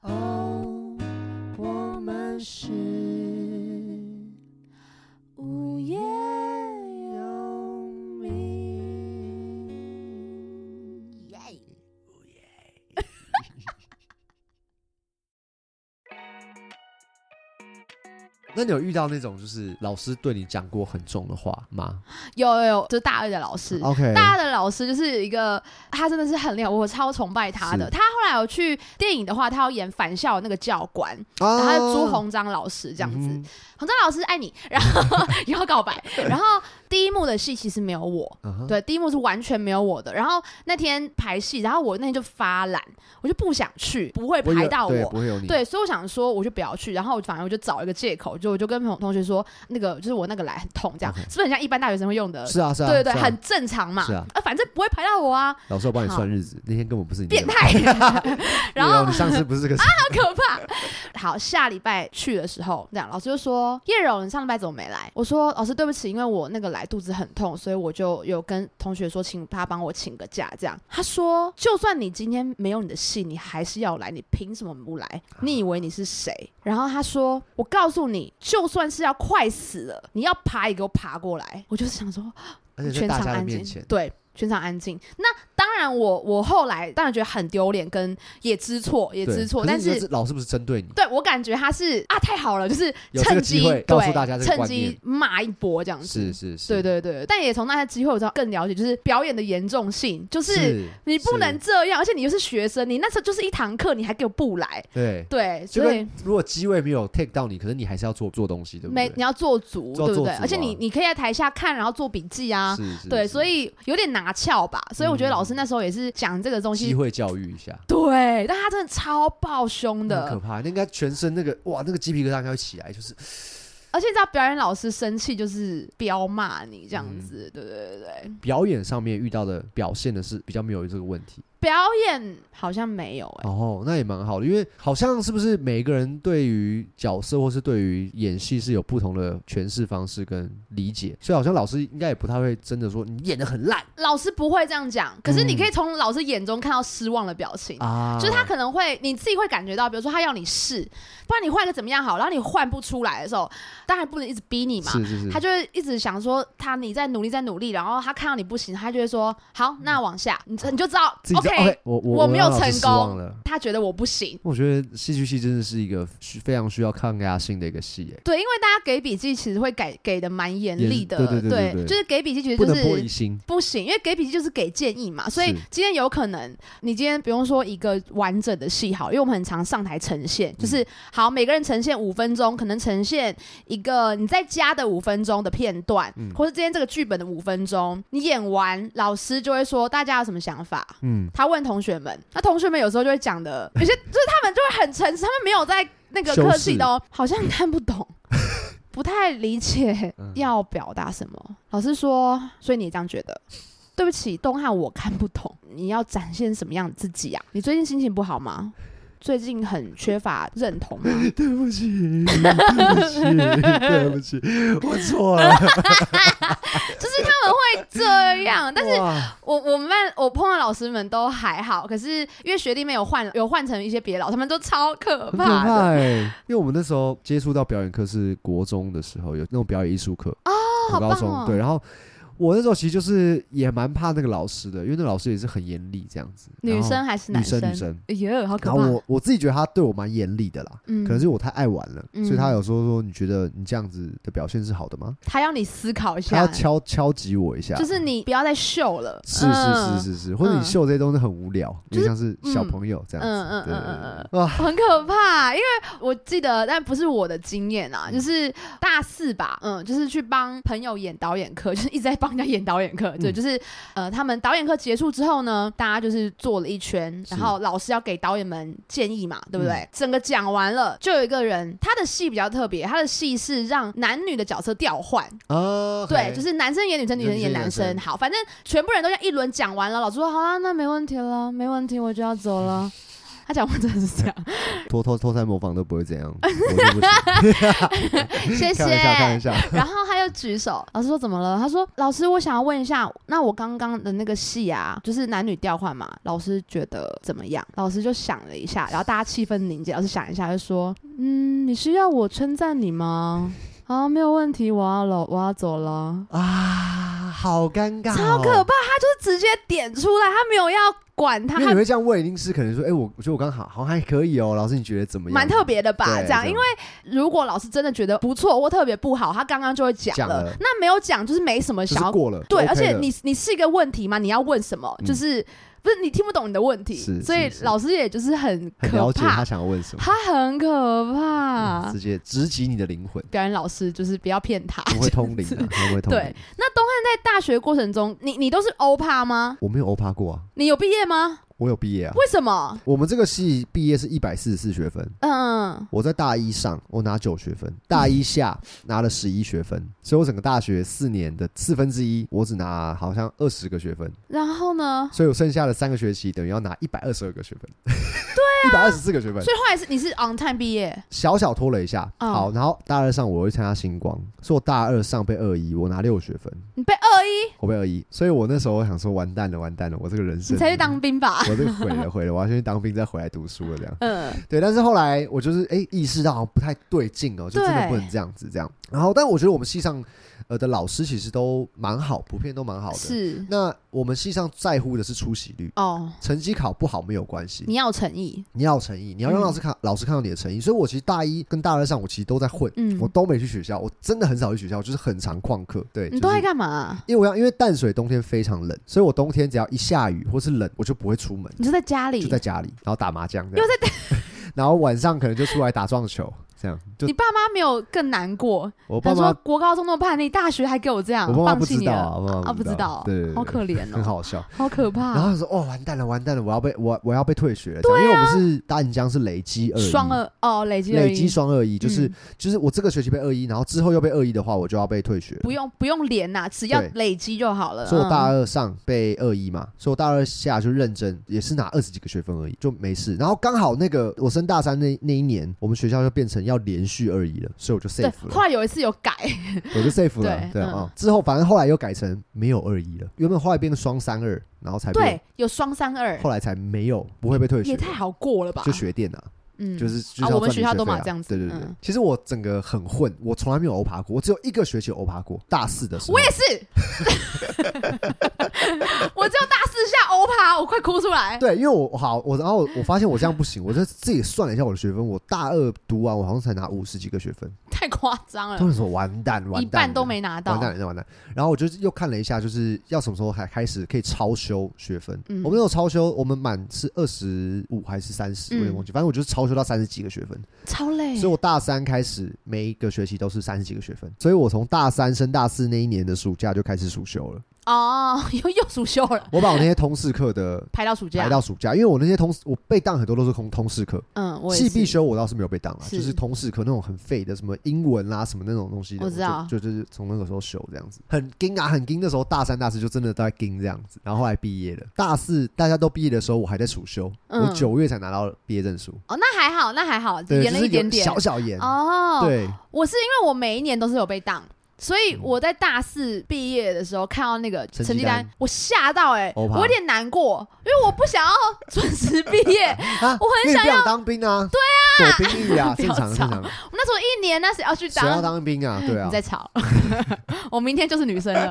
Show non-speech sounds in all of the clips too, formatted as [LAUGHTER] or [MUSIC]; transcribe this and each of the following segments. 哦我们是无业游民。耶！那你有遇到那种就是老师对你讲过很重的话吗有有有，就是大二的老师。 ？OK，大二的老师就是一个，他真的是很厉害，我超崇拜他的。是他后来有去电影的话，他要演返校那个教官，啊然后朱鸿章老师这样子。嗯洪章老师爱你，然后 [LAUGHS] 也要告白，然后第一幕的戏其实没有我。哼啊哈对，第一幕是完全没有我的。然后那天排戏，然后我那天就发懒，我就不想去，不会不会有排到对我不。会有你。对，所以我想说，我就不要去，然后反正我就找一个借口，就我就跟同同学说，那个就是我那个来很痛，这样 OK 是不是很像一般大学生会用的？是啊，是啊，对对对，是啊很正常嘛。是啊呃反正不会排到我啊，老师我帮你算日子，那天根本不是你的变， [LAUGHS] 态。然对哦后你上次不是 [LAUGHS] 个可怕。好，下礼拜去的时候，这样老师就说：“叶柔，你上礼拜怎么没来？”我说：“老师，对不起，因为我那个来肚子很痛，所以我就有跟同学说，请他帮我请个假。”这样，他说：“就算你今天没有你的戏，你还是要来，你凭什么不来？你以为你是谁？”然后他说：“我告诉你，就算是要快死了，你要爬也给我爬过来。”我就想说，而且在全大场家的安面静前，，对，啊全场安静。那当然我，我后来当然觉得很丢脸，跟也知错，也对知错，可但你觉得是。这老师不是针对你，对，我感觉他是啊，太好了，就是有这趁个机机会告诉大家这个对，趁观机念骂一波这样子。是是是，嗯对对对，但也从那些机会，我知道更了解，就是表演的严重性，就是是，你不是能这样，而且你又是学生，你那时候就是一堂课，你还给我不来，对。对，就所以跟如果机位没有 take 到你，可是你还是要做做东西，对不没对？你要做足，做对不做对？足而且你啊你可以在台下看，然后做笔记啊，是是，对，是所以有点拿翘吧，所以我觉得嗯老师那时候也是讲这个东机西，会教育一下，对，但他真的超爆凶那很可的，怕，那应该全身那个哇，那个鸡皮疙瘩应该会起来，就是而且你知道表演老师生气就是彪骂你这样子，嗯对对对对，表演上面遇到的表现的是比较没有这个问题。表演好像没有哎、哦，那也蛮好的，因为好像是不是每个人对于角色或是对于演戏是有不同的诠释方式跟理解，所以好像老师应该也不太会真的说你演的很烂欸老师不会这样讲，可是你嗯可以从老师眼中看到失望的表情。啊，就是他可能会你自己会感觉到，比如说他要你试，不然你换一个怎么样好，然后你换不出来的时候，当然不能一直逼你嘛，是是是，他就会一直想说他你在努力在努力，然后他看到你不行，他就会说好，那往下，你你就知道自己知道 OK，我我我没有让老师成失望功了。他觉得我不行。我觉得戏剧系真的是一个需非常需要抗压性的一个戏，哎，对，因为大家给笔记其实会给给的蛮严厉的，严对对对对对就是给笔记其实不就能玻璃是心。不行，因为给笔记就是给建议嘛，所以是今天有可能你今天不用说一个完整的戏好，因为我们很常上台呈现，嗯就是、好每个人呈现五分钟，可能呈现一个你在家的五分钟的片段，嗯或是今天这个剧本的五分钟，你演完老师就会说大家有什么想法。嗯，他问同学们，那同学们有时候就会讲的，有些就是他们就会很诚实，他们没有在那个修饰客气的哦，好像看不 [LAUGHS] 懂，不太理解要表达什嗯么。老师说，所以你也这样觉得？对不起，东汉我看不懂，你要展现什么样的自己啊？你最近心情不好吗？最近很缺乏认 [LAUGHS] 同吗？对不起，对不起，对不起，我错了。 [LAUGHS] 就是他们会这样，但是哇我我们班我碰到老师们都还好，可是因为学弟妹有换有换成一些别的老师，他们都超可很可怕怕的。哎，因为我们那时候接触到表演课是国中的时候，有那种表演艺术课哦，我好棒高中、哦对，然后。我那时候其实就是也蛮怕那个老师的，因为那老师也是很严厉这样子。然女后生还是男女生女生，哎呦，好可然怕！后我我自己觉得他对我蛮严厉的啦，嗯可能是我太爱玩了，嗯所以他有时候说你觉得你这样子的表现是好的吗？他要你思考一他要下，敲敲击我一下，就是你不要再秀了。是是嗯是是是，或者你嗯秀这些东西很无聊，就就是像是小嗯朋友这样嗯嗯子，对嗯对嗯对嗯对，哇，很可怕，因为我记得，但不是我的经验嗯啊，就是大四吧，嗯，就是去帮朋友演导演课， [LAUGHS] 就是一直在帮人家演导演课，对，嗯就是呃，他们导演课结束之后呢，大家就是坐了一圈，然后老师要给导演们建议嘛，对不嗯对？整个讲完了，就有一个人，他的戏比较特别，他的戏是让男女的角色调换，啊，对，就是男生演女生，女生演男女生演生。男好，反正全部人都要一轮讲完了，老师说好啊，那没问题了，没问题，我就要走了。他讲话真的是这样。偷偷偷塞模仿都不会怎 [LAUGHS] 样，我就不行。开玩笑，开谢玩谢。 [LAUGHS] 笑。然后他又举手，老师说怎么了？他说老师，我想要问一下，那我刚刚的那个戏啊，就是男女调换嘛，老师觉得怎么样？老师就想了一下，然后大家气氛凝结，老师想一下就说，嗯，你是要我称赞你吗？啊，没有问题，我要了，我要走哦了。啊，好尴尬、超可怕！他就是直接点出来，他没有要管他，因为他你会这样问，一定是可能说，哎、我我觉得我刚好好像还可以哦，老师你觉得怎么样？蛮特别的吧？对这样，因为如果老师真的觉得不错或特别不好，他刚刚就会讲讲了。了那没有讲就是没什么嗯就是想要过了，对， OK 而且了你你是一个问题嘛，你要问什么？嗯就是不是你听不懂你的问题，是所以是是老师也就是很很可了解他怕，想要问什么，嗯他很可怕。直接直击你的灵魂，表演老师就是不要骗他。不会通 [LAUGHS] 灵的、啊，不会通灵对。，那东汉在大学过程中，你你都是欧趴吗？我没有欧趴过啊，你有毕业吗？我有毕业啊。为什么？我们这个系毕业是一百四十四学分，嗯，我在大一上我拿九学分，大一下拿了十一学分，所以我整个大学四年的四分之一，我只拿好像二十个学分，然后呢？所以我剩下的三个学期等于要拿一百二十二个学分，对啊，一百二十四个学分，所以后来是你是 on time 毕业，小小拖了一下。嗯好，然后大二上我又去参加星光，所以我大二上被二一，我拿六学分，你被二一，我被二一，所以我那时候想说完蛋了，完蛋了，我这个人生你才去当兵吧？我这个毁了毁了，我要先去当兵，再回来读书了这 [LAUGHS] 样。嗯，对，但是后来我就是哎、意识到好像不太对劲哦，就真的对不能这样子这样。然后，但我觉得我们系上呃的老师其实都蛮好，普遍都蛮好的。是那我们系上在乎的是出席率，哦，成绩考不好没有关系，你要有诚意，你要有诚意，你要让嗯老师看、老师看到你的诚意。所以我其实大一跟大二上我其实都在混，嗯我都没去学校，我真的很少去学校，我就是很常旷课。对，你就都是在干嘛？因为我要因为淡水冬天非常冷，所以我冬天只要一下雨或是冷，我就不会出门，你就在家里就，在家里，然后打麻将，又在， [LAUGHS] 然后晚上可能就出来打撞球，这样。就你爸妈没有更难过，我爸他说妈，国高中那么叛逆，大学还给我这样，我爸妈放不弃知你道了啊，我爸啊，妈不不知道，对对对，好可怜 [LAUGHS] 很哦，好笑。好可然后怕，他说：“哦，完蛋了，完蛋了，我要被我我要被退学了。”这样，因为我们是大锦江是累积二一啊双二哦，累积而累已积双二一，就是嗯就是我这个学期被二一，然后之后又被二一的话，我就要被退学了。不用不用连呐，只要对累积就好了。所以我大嗯二上被二一嘛，所以我大二下就认真，也是拿二十几个学分而已，就没事。然后刚好那个我升大三那那一年，我们学校就变成要连续二一了，所以我就对 safe，后了，来有一次有改，我就 safe 了对，对嗯啊。之后反正后来又改成没有二一了，原本后来变成双三二，然后才对变，，有双三二，后来才没有不会被退也学，太好过了吧？就学电啊，嗯，就是就是啊要我们赚学你校学都费嘛啊这样子对对对嗯，其实我整个很混，我从来没有欧爬过，我只有一个学期有欧爬过，大四的时候我也 [LAUGHS] 是， [LAUGHS] 我只有大四下欧趴，我快哭出来。对，因为我好，我然后我我发现我这样不行，我就自己算了一下我的学分，我大二读完，我好像才拿五十几个学分，太夸张他了，们说完蛋，完蛋了，嗯一半都没拿到完。蛋了，完蛋了。然后我就又看了一下，就是要什么时候还开始可以超修学分。嗯我们那时候超修，我们满是二十五还是三十，我有点嗯忘记，反正我就是超修到三十几个学分。超累所以，我大三开始每一个学期都是三十几个学分，所以我从大三升大四那一年的暑假就开始暑修了。哦， [LAUGHS] 又又暑修了，我把我那些通识课的排 [LAUGHS] 到暑假排，到暑假，因为我那些通我被当很多都是通通识课。嗯，我也系必是，修我倒是没有被当了，是就是通识课那种很废的，什么英文啦、什么那种东西的，我知道就就就是从那个时候修这样子，很盯啊，很盯。那时候大三、大四就真的都在盯这样子，然后后来毕业了，大四大家都毕业的时候，我还在暑修，嗯我九月才拿到毕业证书，哦，那还好，那还好，对，延了就是一有点点，小小延，哦，，对，我是因为我每一年都是有被当，所以我在大四毕业的时候看到那个成绩成绩单单，我吓到哎、欧趴我有点难过，因为我不想要 [LAUGHS] 准时毕业。啊，我很因为你想不想当兵啊，对啊，躲兵役啊， [LAUGHS] 不正要常吵正常，我那时候一年，那谁要去谁当？要当兵啊？对啊你，在吵， [LAUGHS] 我明天就是女生了，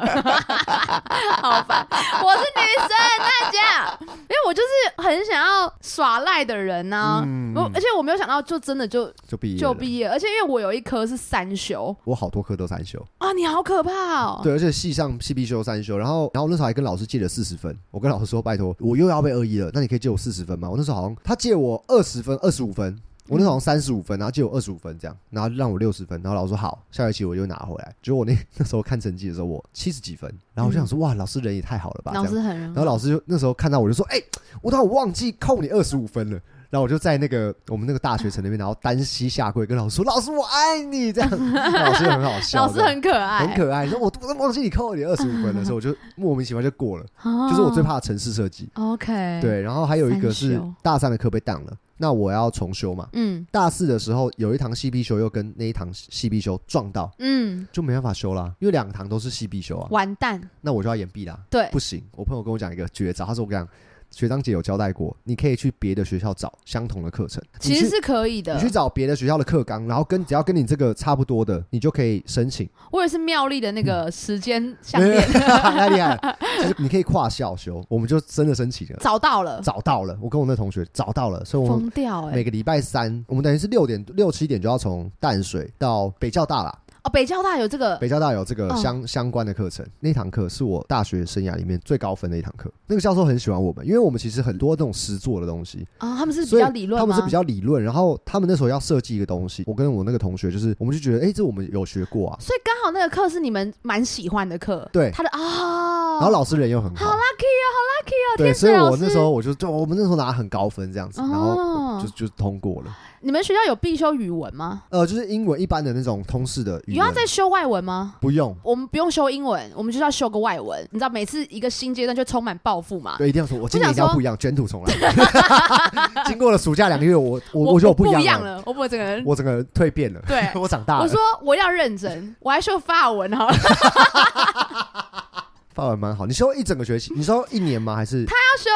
[LAUGHS] 好烦！我是女生，大家，因为我就是很想要耍赖的人呢、嗯哦我而且我没有想到，就真的就就毕业就了，毕业，而且因为我有一科是三修我好多科都三修，啊，你好可怕哦！对，而且系上系必修三修，然后然后我那时候还跟老师借了四十分，我跟老师说拜托，我又要被二一了，那你可以借我四十分吗？我那时候好像他借我二十分、二十五分。我那时候好像嗯三十五分，然后借我二十五分这样，然后让我六十分，然后老师说好，下学期我又拿回来。结果我那 [LAUGHS] 那时候看成绩的时候，我七十几分，然后我就想说、哇，老师人也太好了吧，这嗯老样。师很然后老师就那时候看到我就说，哎、我当我忘记扣你二十五分了。然后我就在那个我们那个大学城那边，然后单膝下跪跟老师说：“老师，我爱你。”这样， [LAUGHS] 老师就很好笑，老师这样很可爱，很可爱。说我我都忘记你扣你二十五分的时候，我就莫名其妙就过了。哦就是我最怕的城市设计。 OK，，对，然后还有一个是三修大三的课被挡了，那我要重修嘛。嗯大四的时候有一堂系必修，又跟那一堂系必修撞到，嗯，就没办法修啦，因为两堂都是系必修啊。完蛋，那我就要延毕啦。对不行，我朋友跟我讲一个绝招，他说我跟你讲，学长姐有交代过，你可以去别的学校找相同的课程，其实你去。是可以的你。去找别的学校的课纲，然后跟只要跟你这个差不多的，你就可以申请。我也是妙丽的那个时嗯间项链 [LAUGHS] 太厉害了！就是你可以跨校修，我们就真的申请了，找到了，找到了。我跟我那同学找到了，所以我们疯掉哎、每个礼拜三，我们等于是六点六七点就要从淡水到北教大啦。哦，北交大有这个北交大有这个嗯相、相关的课程，那堂课是我大学生涯里面最高分的一堂课。那个教授很喜欢我们，因为我们其实很多那种实作的东西，啊、他们是比所以较理论他吗？们是比较理论。然后他们那时候要设计一个东西，我跟我那个同学就是，我们就觉得，哎、这我们有学过啊。所以刚好那个课是你们蛮喜欢的课，对他的哦，然后老师人又很好好， lucky 啊，好 lucky 啊，对，天使所以老我师那时候我就，就我们那时候拿很高分这样子，然后哦就，就通过了。你们学校有必修语文吗？呃，就是英文一般的那种通识的语有要文，再修外文吗？不用，我们不用修英文，我们就是要修个外文。你知道，每次一个新阶段就充满抱负嘛。对，一定要说，我今年想一定要说不一样，卷土重来。 [LAUGHS] 经过了暑假两个月，我我我觉得我不一样样了，我我整个 [LAUGHS] 人我啊整个人蜕变了，对 [LAUGHS] 我长大了。我说我要认真，我还修法文好了。他法文蛮好，你修一整个学嗯期，你修一年吗？还是要修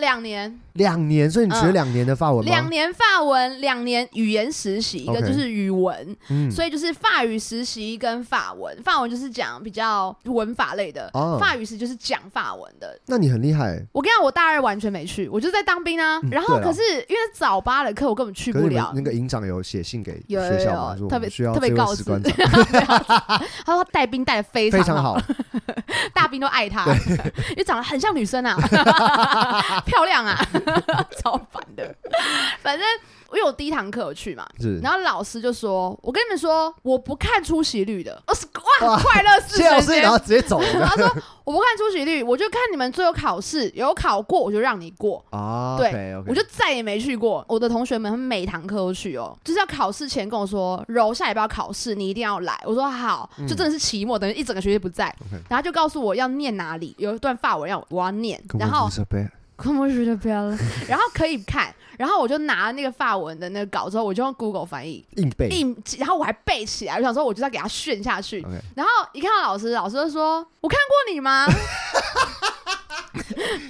两年，两年？所以你学嗯两年的法文吗？两年法文，两年语言实习，一个 OK 就是语文，嗯，所以就是法语实习跟法文。法文就是讲比较文法类的，哦法语实就是讲法文的。那你很厉害，欸我跟你讲，我大二完全没去，我就在当兵啊。嗯然后对啊可是因为早八的课，我根本去可是不你们了。那个营长有写信给有有学校吗？有说我特们别需要特别这位告士知官长他说他带兵带的 [LAUGHS] 非非常常好，好，大兵都爱他， [LAUGHS] 因为长得很像 [LAUGHS] 女生啊，漂亮啊， [LAUGHS] 超烦的。反正因为我第一堂课有去嘛，是然后老师就说：“我跟你们说，我不看出席率的，我是哇，很快乐四谢老神师，仙然。后直接走 [LAUGHS] 了他说我不看出席率，我就看你们最后考试有考过，我就让你过。啊对，OK，OK，我就再也没去过。我的同学们，他们每堂课都去哦，就是要考试前跟我说，柔下礼拜要考试，你一定要来。我说好，就真的是期末，等于一整个学期不在嗯 OK 然后就告诉我要念哪里，有一段法文要我要念，跟我然后不是呗看不学就不要了， [LAUGHS] 然后可以看，然后我就拿那个法文的那个稿之后，我就用 Google 翻译。硬背嗯硬，然后我还背起来，我想说我就要给他炫下去。 ，OK，然后一看到老师，老师就说：“我看过你吗？”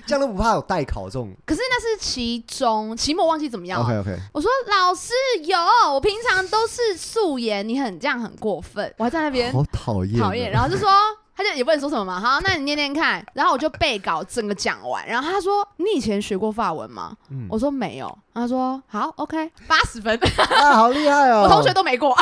这样都不怕有代考这种可是那是期中、期末，忘记怎么样了。 ，OK，OK，我说老师有，我平常都是素颜，你很这样很过分。我还在那边好讨厌，啊讨厌，然后就说他就也不能说什么嘛，好，那你念念看。然后我就背稿整个讲完，然后他说你以前学过法文吗？嗯我说没有，他说好，OK，八十分，啊，好厉害哦！我同学，都没过。 [LAUGHS]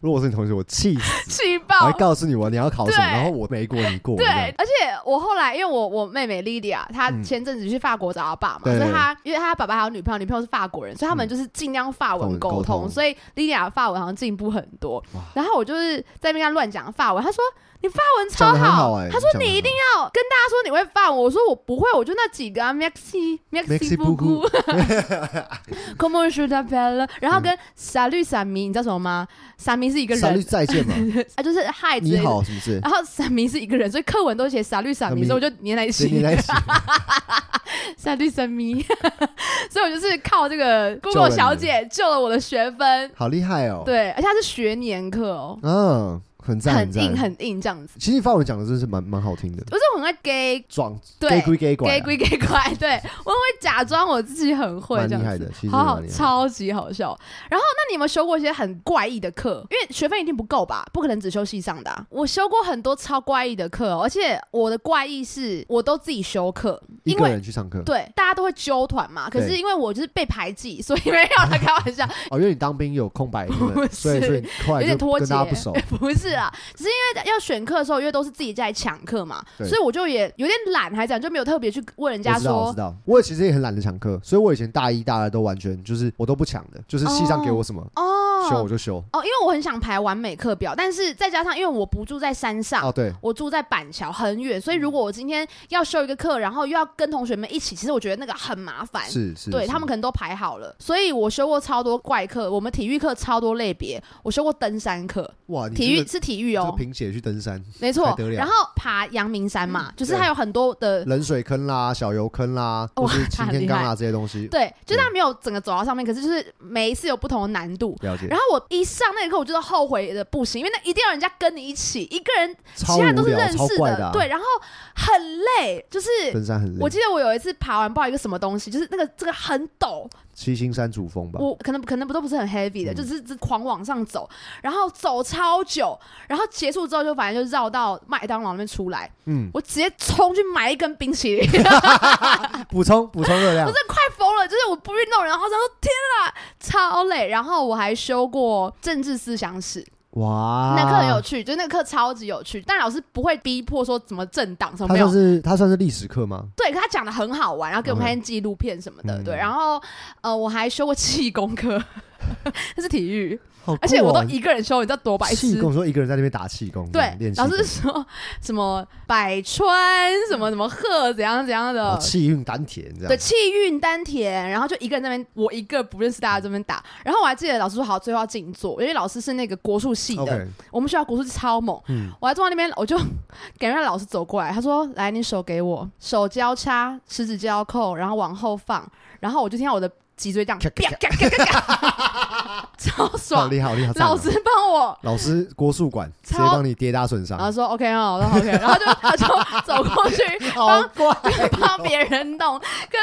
如果我是你同学，我气死， [LAUGHS] 气我爆还！告诉你我你要考什么，对然后我没过你过，对这样，而且我后来因为我我妹妹 Lydia，她嗯前阵子去法国找她爸嘛，对所以她因为她爸爸还有女朋友，女朋友是法国人，所以他们嗯就是尽量法法文文沟沟通，通所以 Lydia 的法文好像进步很多哇。然后我就是在那边跟她乱讲法文，她说你法文超讲得很好好，哎，她说讲得你一很定好要跟大家说你会法文，我说我不会，我就那几个啊，Maxi Maxi Merci 布姑 beaucoup [LAUGHS] ，Comment je t'appelle，嗯然后跟 Salut Sami，你知道什么吗？Sami 是一个法律人，再见嘛， [LAUGHS] 啊，就是 Hi 之你类的。好，是不是？ [LAUGHS] 然后散民是一个人，所以课文都写傻绿傻迷，傻咪所以我就黏在一所以你起， [LAUGHS] 来洗傻绿傻迷。 [LAUGHS] 所以我就是靠这个救了 Google 你小姐救了我的学分， [LAUGHS] 好厉害哦！，对，而且它是学年课哦，嗯，很赞，很赞硬很硬这样子。其实法文讲的真是蛮蛮好听的，我是很爱 gay 装对 gay 归 gay 给拐，鬼给怪， [LAUGHS] 对我很会假装我自己很会蛮这厉害样子的，。其实好好蛮，厉害的超级好笑。然后，那你有没有修过一些很怪异的课？因为学分一定不够吧，不可能只修系上的啊、我修过很多超怪异的课哦、而且我的怪异是我都自己修课，一因个为人去上课，对，大家都会揪团嘛。可是对因为我就是被排挤，所以没有啦，开玩笑，哦，因为你当兵有空白，你们 [LAUGHS] 不是所以所以后有来点就脱跟节大家不 [LAUGHS] 熟，。不是啊，只是因为要选课的时候，因为都是自己在抢课嘛，对所以我就也有点懒，还讲就没有特别去问人家我知道，我说知。道，我也其实也很懒得抢课，所以我以前大一、大二都完全就是我都不抢的，就是系上给我什么，哦，修我就修。哦，因为我很想排完美课表，但是再加上因为我不住在山上，哦，对，我住在板桥很远，所以如果我今天要修一个课，然后又要跟同学们一起，其实我觉得那个很麻烦。是是，对是他们可能都排好了，所以我修过超多怪课，我们体育课超多类别，我修过登山课，哇，你体育这个是体育这哦，个贫血去登山，没还错得。了嗯然后爬阳明山嘛，就是它有很多的。冷水坑啦、小油坑啦，哇或是他擎很天厉岗害啦这些东西，对，就是它没有整个走到上面，可是就是每一次有不同的难度。了解然。后我一上那一刻，我就是后悔的不行，因为那一定要人家跟你一起，一个人超其他人都无是聊认，超识怪的，啊对，，然后很累，就是登山很累我。记得我有一次爬完不知道一个什么东西，就是那个这个很陡，七星山主峰吧，我可能可能不都不是很 heavy 的，嗯就是只狂往上走，然后走超久，然后结束之后就反正就绕到麦当劳那边出来，嗯，我直接冲去买一根冰淇淋，我真补充补充热量的，快疯了，就是我不运动，然后想说天啊，超累，然后我还修过政治思想史，哇，那课很有趣，就是那课超级有趣，但老师不会逼迫说怎么政党什么它算没有。啊是它算是历史课吗？对，可他讲的很好玩，然后给我们看纪录片什么的。嗯对，然后呃，我还修过气功课， [LAUGHS] 这是体育，好酷哦而且我都一个人修，你知道多白气痴？功，说一个人在那边打气功，对练，气老功师说什么百川什么什么鹤怎样怎样哦的，气啊运丹田这样，呃对，气运丹田，然后就一个人在那边，我一个不认识大家这边打。然后我还记得老师说好，最后要静坐，因为老师是那个国术系的 o k 我们学校国术系超猛，嗯，我还坐在那边，我就感觉到老师走过来，他说：“来，你手给我，手交叉，食指交扣，然后往后放。”然后我就听到我的脊椎这样，咔啪咔咔咔咔咔，超好爽！厉害，好厉害，赞哦老师帮我，老师国术馆直接超帮你跌打损伤然，后说 OK 哦，我说 OK，然后就他就走过去好帮怪，帮别人弄，可是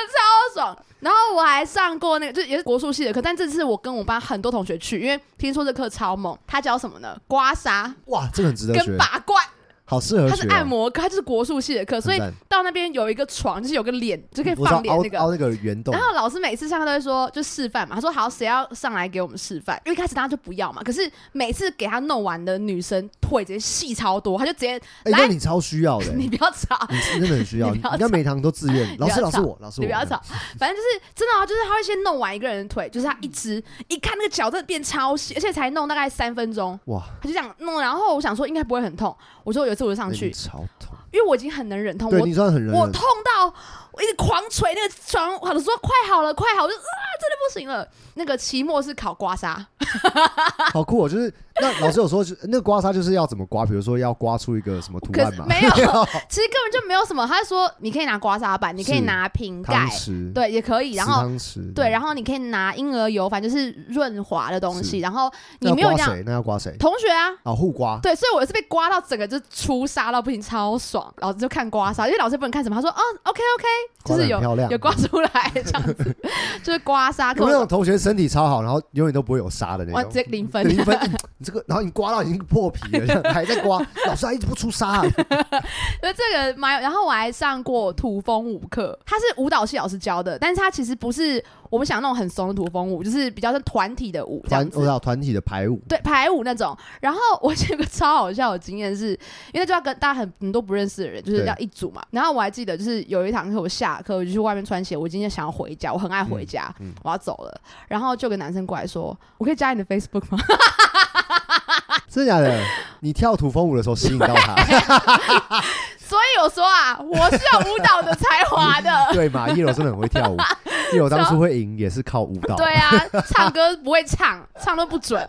超爽。然后我还上过那个，就也是国术系的课，但这次我跟我班很多同学去，因为听说这课超猛。他教什么呢？刮痧哇，这个很值得跟学，拔罐。好适合它学是哦，按摩课，它就是国术系的课，很所以赞到那边有一个床，就是有个脸，就可以嗯我知道放脸凹那个。凹那个圆洞然，后老师每次上课都会说，就示范嘛。他说好，谁要上来给我们示范？因为一开始大家就不要嘛。可是每次给他弄完的女生腿直接细超多，他就直接 [LAUGHS] 哎，来那你超需要的， [LAUGHS] 你你不 [LAUGHS] 要吵，是真的很需要，你你不要应该每堂都自愿，老师不老要师我，老师你我，不要吵，反正就是真的啊，就是他会先弄完一个人的腿，就是嗯他一直一看那个脚真的变超细，而且才弄大概三分钟，哇，他就这样弄。然后我想说应该不会很痛，我说有一次我就上那你去，超痛，因为我已经很能忍痛，对我你算很忍我忍，痛到我一直狂捶那个床，我说快好了，快好了，我就啊，真的不行了。那个期末是考刮痧，好酷哦，就是那老师有说，就那个刮痧就是要怎么刮，比如说要刮出一个什么图可案是嘛，[LAUGHS] 没有，其实根本就没有什么。他就说你可以拿刮痧板，你可以拿瓶盖汤，匙，对，也可以。食然后汤匙，对，然后你可以拿婴儿油，反正就是润滑的东是西。然后那你没有要这刮样，谁？那要刮谁？同学啊。啊，互刮，对，所以我是被刮到整个就出痧到不行，超爽。老师就看刮痧，因为老师不能看什么，他说啊，OK OK， [LAUGHS] 刮得就是很有漂亮，嗯有刮出来这样子， [LAUGHS] 就是 [LAUGHS] 刮痧。有可没我有同学身体超好，然后永远都不会有沙的那哇，种直？接零分，零分，嗯你这个，然后你刮到已经破皮了， [LAUGHS] 这样还在刮，老师还一直不出沙啊，因为 [LAUGHS] 这个蛮有，然后我还上过土风舞课，它是舞蹈系老师教的，但是它其实不是我们想那种很怂的土风舞，就是比较像团体的舞这团哦样我知子。道团体的排舞，对排舞那种，然后我有个超好笑的经验是，因为就要跟大家很很多不认识的人，就是对要一组嘛。然后我还记得，就是有一堂课，我下课我就去外面穿鞋，我今天想要回家，我很爱回家，嗯嗯我要走了。然后就有个男生过来说：“我可以加你的 Facebook 吗？” [LAUGHS] 真的假的？你跳土风舞的时候吸引到他， [LAUGHS] 所以我说啊，我是有舞蹈的才华的。对嘛？一楼真的很会跳舞，一楼当初会赢也是靠舞蹈，对啊，唱歌不会唱， [LAUGHS] 唱都不准，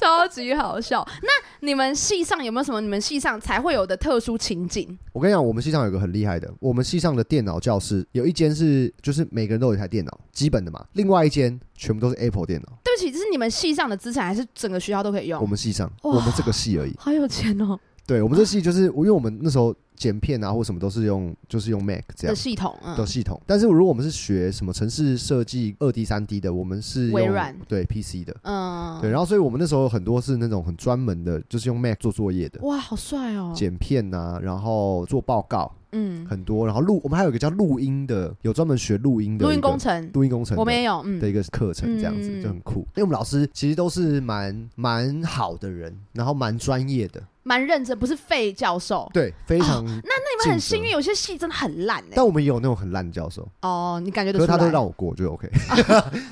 超级好笑。那你们系上有没有什么你们系上才会有的特殊情景？我跟你讲，我们系上有个很厉害的，我们系上的电脑教室有一间是就是每个人都有一台电脑，基本的嘛，另外一间全部都是 Apple 电脑。对不起，这是你们系上的资产，还是整个学校都可以我用？们系上，哦哇我们这个系而已。好有钱哦、对我们这系就是，因为我们那时候剪片啊或什么都是用就是用 Mac 这的样。系统，嗯的，系统，啊但是如果我们是学什么城市设计二 D、三 D 的，我们是用微软对 PC 的，嗯，对，然后所以我们那时候很多是那种很专门的，就是用 Mac 做作业的，哇，好帅哦、剪片呐、然后做报告嗯，很多，然后录，我们还有一个叫录音的，有专门学录音的录一音个工程，录音工程的我们也有，嗯的，一个课程，这样子、嗯就很酷。因为我们老师其实都是蛮蛮好的人，然后蛮专业的，蛮认真，不是废教授。对，非常、哦那你们竞争很幸运，有些戏真的很烂哎、但我们也有那种很烂的教授，哦，你感觉可得是出他来？都让我过，就 OK。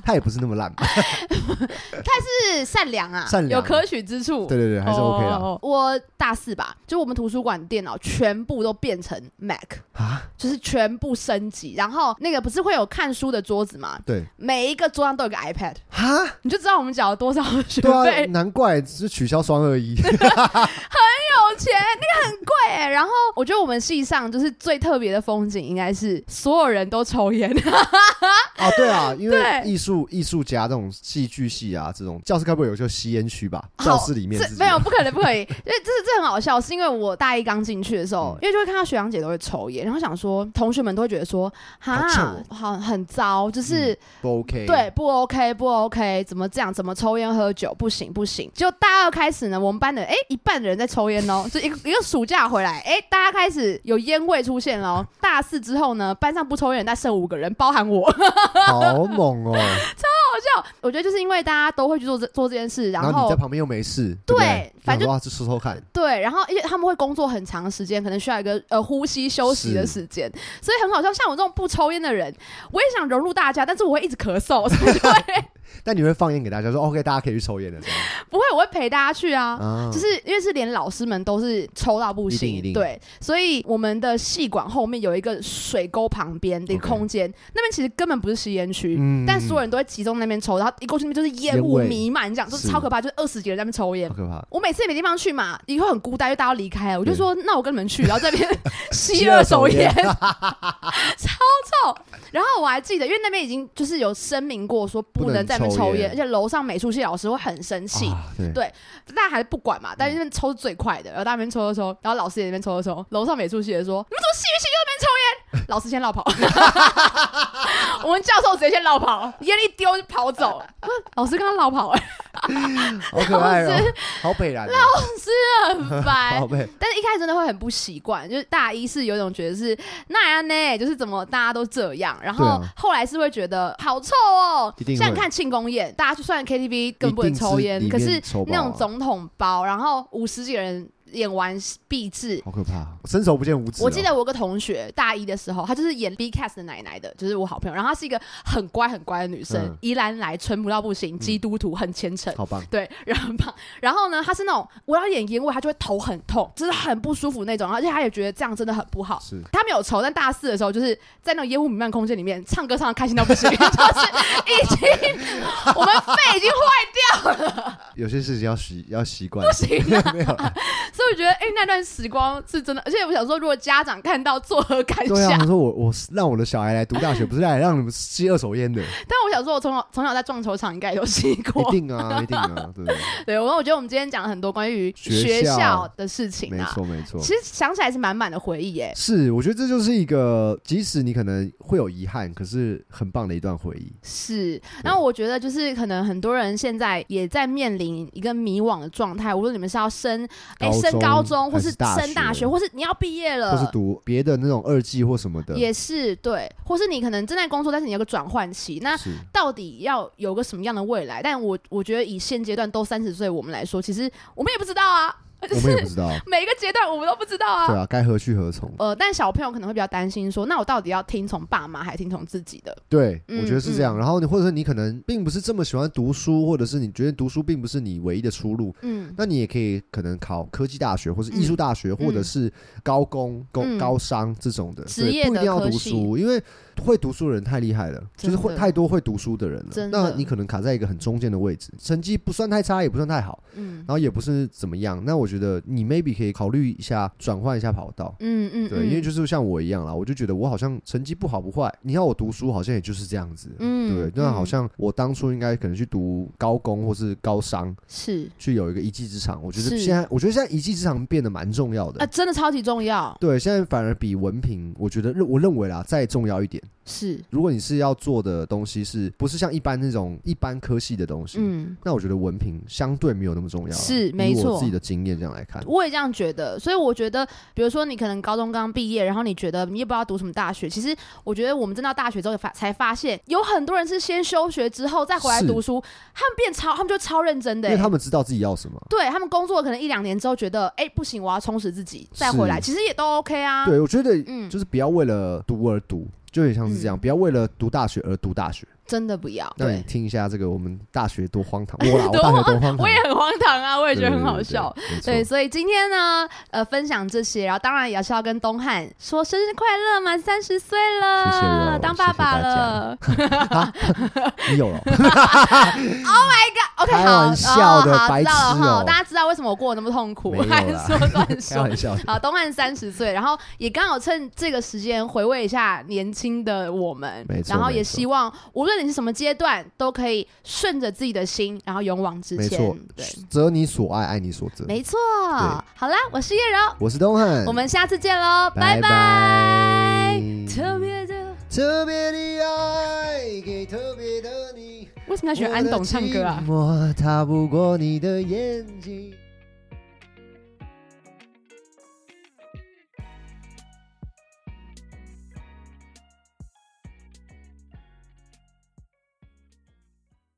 他也不是那么烂哦吧？是善良啊，善良有可取之处。对对对，还是 OK 啦。哦我大四吧，就我们图书馆电脑全部都变成 Mac，啊，就是全部升级。然后那个不是会有看书的桌子吗？对，每一个桌上都有个 iPad，哈，你就知道我们缴了多少学对啊，费， [LAUGHS] 难怪是取消双二一。有钱，那个很贵哎、然后我觉得我们系上就是最特别的风景，应该是所有人都抽烟，哦，对啊，因为对艺术艺术家这种戏剧系啊，这种教室该不会有就吸烟区吧？好教室里面哦这 [LAUGHS] 自己没有不可能，不可以，因为这这很好笑，是因为我大一刚进去的时候嗯，因为就会看到学长姐都会抽烟，然后想说同学们都会觉得说，好哈臭嗯哦，好很糟，就是、不 OK。对，不 OK 不 OK，怎么这样，怎么抽烟喝酒，不行不行。就大二开始呢，我们班的哎一半的人在抽烟哦，就一个一个暑假回来，哎大家开始有烟味出现喽。大四之后呢，班上不抽烟，但剩五个人，包含我。 [LAUGHS] 好猛哦！我觉得就是因为大家都会去做这做这件事，然然后你后在。旁边又没事，对不对反正哇，就啊抽抽看，对，然后而且他们会工作很长时间，可能需要一个呃呼吸休息的是时间，所以很好笑。像我这种不抽烟的人，我也想融入大家，但是我会一直咳嗽，所以就 [LAUGHS] 会但你会放烟给大家说 OK，大家可以去抽烟了，这样不会，我会陪大家去啊。啊就是因为是连老师们都是抽到不行，一定一定对，所以我们的戏馆后面有一个水沟旁边的一个 OK 空间那边其实根本不是吸烟区。嗯但所有人都会集中那边抽，然后一过去那边就是烟雾烟味弥漫，这样就是是超可怕，就是二十几个人在那边抽烟好。可怕。我每次也没地方去嘛，以后很孤单，就大家都离开了，啊我就对说那我跟你们去，然后这 [LAUGHS] 边吸吸二二手手烟烟， [LAUGHS] 超臭。然后我还记得，因为那边已经就是有声明过说不不能能在那边抽抽烟，烟而且楼上美术系老师会很生气。啊对对大家还是不管嗯嘛，但是那边抽是最快的，然后大家那边抽抽抽，然后老师也在那边抽抽抽，楼上美术系的说：“你们怎么戏剧系就在那边抽烟？” [LAUGHS] 老师先绕跑， [LAUGHS] 我们教授直接先绕跑，烟一丢就跑走， [LAUGHS] 老师刚刚绕跑、欸，好可爱哦，好北然哦，很烦好。北但是一开始真的会很不习惯，就是大一是有一种觉得是那样呢，就是怎么大家都这样，然对后啊后来是会觉得好臭哦一定。会像你看庆功宴，大家去算 KTV 根本不能一定是抽烟，里面可是抽爆啊那种总统包，然后五十几个人演完必至。好可怕，伸手不见五指哦。我记得我有个同学大一的时候，她就是演 B Cast 的奶奶的，就是我好朋友。然后她是一个很乖很乖的女生嗯，宜兰来淳朴到不行，基督徒很虔诚。好棒，对，然后吧然后呢，他是那种我要演烟味，他就会头很痛，就是很不舒服那种，而且他也觉得这样真的很不好。是他没有仇，但大四的时候就是在那种烟雾弥漫空间里面唱歌唱的开心到不 [LAUGHS] 行，就是已经我们肺已经有些事情要习要习惯不，行啊 [LAUGHS] 了，没有啦。所以我觉得哎、那段时光是真的，而且我想说，如果家长看到作何感对啊，想？他说我我让我的小孩来读大学，不是来让你们吸二手烟 [LAUGHS] 的，但我想说，我从小从小在撞球场应该有吸一过。定啊，一定啊，对不对？ [LAUGHS] 对，我我觉得我们今天讲了很多关于学学校校的事情没啊，错没错。其实想起来是满满的回忆耶、是，我觉得这就是一个，即使你可能会有遗憾，可是很棒的一段回忆。是，然后我觉得就是可能很多人现在也在面临一个迷惘的状态，无论你们是要升哎高升高中中，或还是是大升大学学，或是你要毕业或是了。读别的那种二技或什么的，也是对，或是你可能正在工作，但是你有个转换期，那是到底要有个什么样的未来？但我我觉得以现阶段都三十岁我们来说，其实我们也不知道 [LAUGHS] 啊，就我们也是不知道，每个阶段我们都不知道对啊。啊，该何去何从？呃，但小朋友可能会比较担心说，那我到底要听从爸妈还是听从自己的？对，嗯我觉得是这样。然后你或者是你可能并不是这么喜欢读书，或者是你觉得读书并不是你唯一的出路，嗯，那你也可以可能考科技大学，或是艺术大学，或者是高工、高、嗯高商这种的，职对业的不一定要读科系书，因为会读书的人太厉害了，就是真会的太多会读书的人了真。那的你可能卡在一个很中间的位置，成绩不算太差，也不算太好，嗯然后也不是怎么样。那我觉得你 maybe 可以考虑一下转换一下跑道。嗯嗯，对，因为嗯就是像我一样啦，我就觉得我好像成绩不好不坏，你要我读书好像也就是这样子，嗯对，那好嗯像我当初应该可能去读高工或是高商，是去有一个一技之长。我觉得是啊现在，我觉得现在一技之长变得蛮重要的。啊，真的超级重要。对，现在反而比文凭，我觉得认我认为啦，再重要一点。点。是，如果你是要做的东西是不是像一般那种一般科系的东西，嗯，那我觉得文凭相对没有那么重要啊。是以没错我自己的经验这样来看，我也这样觉得，所以我觉得，比如说你可能高中刚毕业，然后你觉得你也不知道读什么大学，其实我觉得我们真到大学之后发才发现，有很多人是先休学之后再回来是读书，他们变超，他们就超认真的、因欸，为他们知道自己要什么。对他们工作可能一两年之后觉得，哎、不行，我要充实自己再回来，是其实也都 OK 啊。对，我觉得嗯就是不要为了读而读，就很像是这样，不要为了读大学而读大学。真的不要。那你对，听一下这个我们大学多荒 [LAUGHS] 唐，我啦，我多大学多荒唐，我也很荒唐啊，我也对觉得很好笑。。对对对对，没错所以今天呢，呃，分享这些，然后当然也是要跟东汉说生日快乐，满三十岁了，谢谢哦当爸爸谢谢大家了。 [LAUGHS] 你有了，啊 OK，开好，玩笑的哦、好白知道了痴哈哦大家知道为什么我过得那么痛苦没有，啦还说 [LAUGHS] 乱开说。玩笑的。 [LAUGHS] 好，东汉三十岁，然后也刚好趁这个时间回味一下年轻的我们没，错然后没也错希望无论你是什么阶段，都可以顺着自己的心，然后勇往直没前错。对，，择你所爱，爱你所择。没错对。好啦，我是叶柔，我是东汉，我们下次见喽，拜拜拜。特别的，特别的爱给特别的你。为什么要学安董唱歌啊？我的寂寞，他不过你的眼睛。